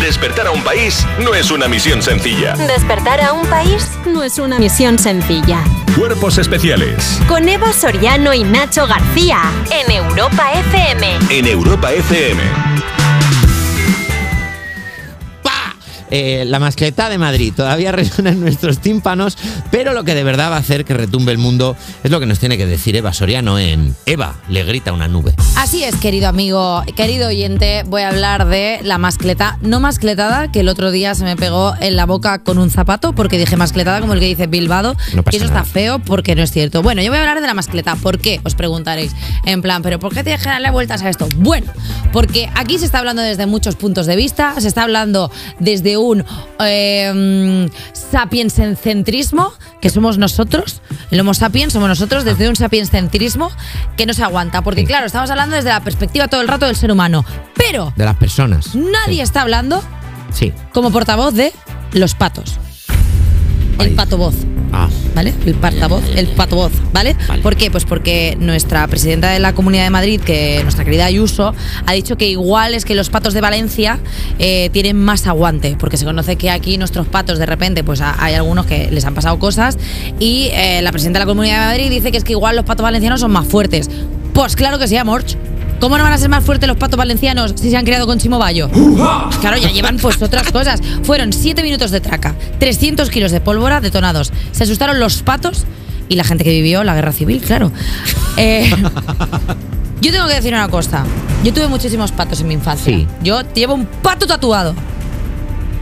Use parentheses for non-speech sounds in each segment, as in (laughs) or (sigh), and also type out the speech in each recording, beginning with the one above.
Despertar a un país no es una misión sencilla. Despertar a un país no es una misión sencilla. Cuerpos especiales. Con Eva Soriano y Nacho García en Europa FM. En Europa FM. Eh, la mascleta de Madrid todavía (laughs) resuena en nuestros tímpanos, pero lo que de verdad va a hacer que retumbe el mundo es lo que nos tiene que decir Eva Soriano en Eva, le grita una nube. Así es, querido amigo, querido oyente, voy a hablar de la mascleta no mascletada que el otro día se me pegó en la boca con un zapato porque dije mascletada como el que dice Bilbado No pasa y eso nada. está feo porque no es cierto. Bueno, yo voy a hablar de la mascleta, ¿por qué? Os preguntaréis. En plan, ¿pero por qué tienes que darle vueltas a esto? Bueno, porque aquí se está hablando desde muchos puntos de vista, se está hablando desde un eh, sapienscentrismo, que somos nosotros, el Homo sapiens somos nosotros, desde un sapienscentrismo que no se aguanta, porque claro, estamos hablando desde la perspectiva todo el rato del ser humano, pero De las personas. nadie está hablando Sí. como portavoz de los patos. El Ay. pato voz. Ah. ¿Vale? El portavoz, el patovoz, ¿vale? Vale. ¿Por qué? Pues porque nuestra presidenta de la Comunidad de Madrid, que nuestra querida Ayuso, ha dicho que igual es que los patos de Valencia eh, tienen más aguante, porque se conoce que aquí nuestros patos de repente, pues a- hay algunos que les han pasado cosas, y eh, la presidenta de la Comunidad de Madrid dice que es que igual los patos valencianos son más fuertes. Pues claro que sí, Amorch. ¿Cómo no van a ser más fuertes los patos valencianos si se han creado con Chimo Bayo? Claro, ya llevan pues otras cosas. Fueron 7 minutos de traca, 300 kilos de pólvora detonados. Se asustaron los patos y la gente que vivió la guerra civil, claro. (laughs) Eh, yo tengo que decir una cosa. Yo tuve muchísimos patos en mi infancia. Sí. Yo llevo un pato tatuado.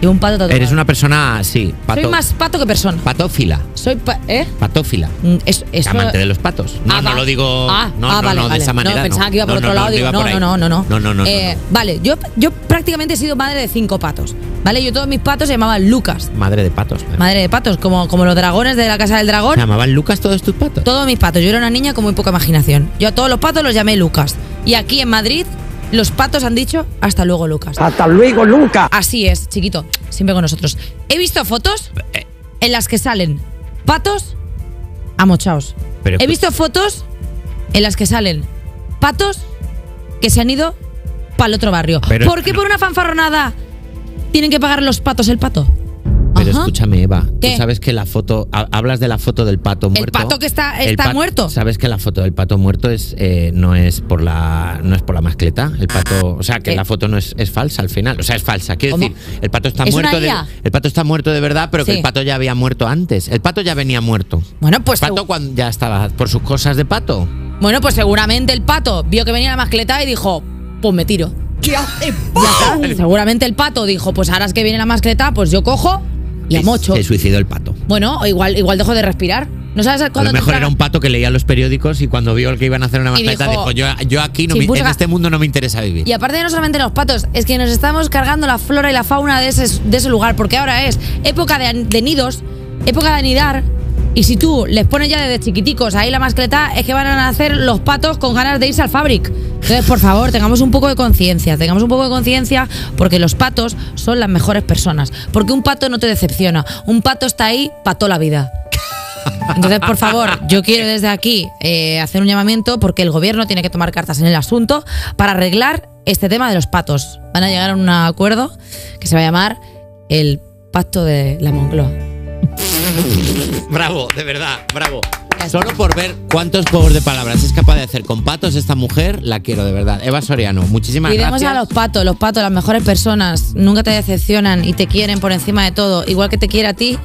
Llevo un pato tatuado. Eres una persona, sí, pato- Soy más pato que persona. patófila. Soy pa- ¿Eh? Patófila. Mm, Es, eso- Amante de los patos. No, Ah, no va. lo digo. Ah, no, ah, no, vale, no, de vale. esa manera. No, pensaba que iba por No, otro no, lado. no, digo, iba no, por ahí. no, no, no, no. No, no, no, Eh, no, Vale, yo, yo prácticamente he sido madre de cinco patos. ¿Vale? Yo todos mis patos se llamaban Lucas. no. Madre de patos. Madre de patos, como, como los dragones de la casa del ¿Se dragón. llamaban Lucas todos tus patos? Todos mis patos. Yo era una niña con muy poca imaginación. Yo a todos los patos los llamé Lucas. Y aquí en Madrid, los patos han dicho hasta luego, Lucas. Hasta luego, Luca. Así es, chiquito. Siempre con nosotros. He visto fotos Eh, en las que salen patos amochaos. Pero- pues He visto fotos en las que salen patos que se han ido para el otro barrio. Pero- ¿Por qué por una fanfarronada tienen que pagar los patos el pato? Pero Ajá. escúchame, Eva. ¿Qué? Tú sabes que la foto. ha- Hablas de la foto del pato muerto. pato que está- está pat- muerto. Sabes que la foto del pato muerto es eh, no es por la no es por la mascleta. Ah. El pato. O sea, que ¿Qué? la foto no es, es falsa al final. O sea, es falsa. Quiero Eh. ¿Cómo? decir, el pato está ¿Es una muerto. De, IA? el pato está muerto de verdad, pero que Sí. el pato ya había muerto antes. El pato ya venía muerto. Bueno, pues El pato cuando ya estaba por sus cosas de pato. Bueno, pues seguramente el pato vio que venía la mascleta y dijo, pues me tiro. Ya está. Seguramente el pato dijo, pues ahora es que viene la mascleta, pues yo cojo y Y amocho. Se suicidó el pato. Bueno, o igual, igual dejo de respirar. ¿No sabes A lo cuándo te mejor traga- era un pato que leía los periódicos y cuando vio el que iban a hacer una Y mascleta dijo, dijo, yo, yo aquí no "Si me- en busca- este mundo no me interesa vivir. Y aparte no solamente los patos, es que nos estamos cargando la flora y la fauna de ese, de ese lugar, porque ahora es época de, an- de nidos, época de anidar, y si tú les pones ya desde chiquiticos ahí la mascleta, es que van a nacer los patos con ganas de irse al fabric. Entonces, por favor, tengamos un poco de conciencia, tengamos un poco de conciencia, porque los patos son las mejores personas, porque un pato no te decepciona, un pato está ahí para toda la vida. Entonces, por favor, yo quiero desde aquí eh, hacer un llamamiento porque el gobierno tiene que tomar cartas en el asunto para arreglar este tema de los patos. Van a llegar a un acuerdo que se va a llamar el Pacto de la Moncloa. Bravo, de verdad, bravo. Ya está. Solo por ver cuántos juegos de palabras es capaz de hacer con patos esta mujer, la quiero de verdad. Eva Soriano, muchísimas Cuidemos gracias. a los patos, los patos, las mejores personas. Nunca te decepcionan y te quieren por encima de todo, igual que te quiere a ti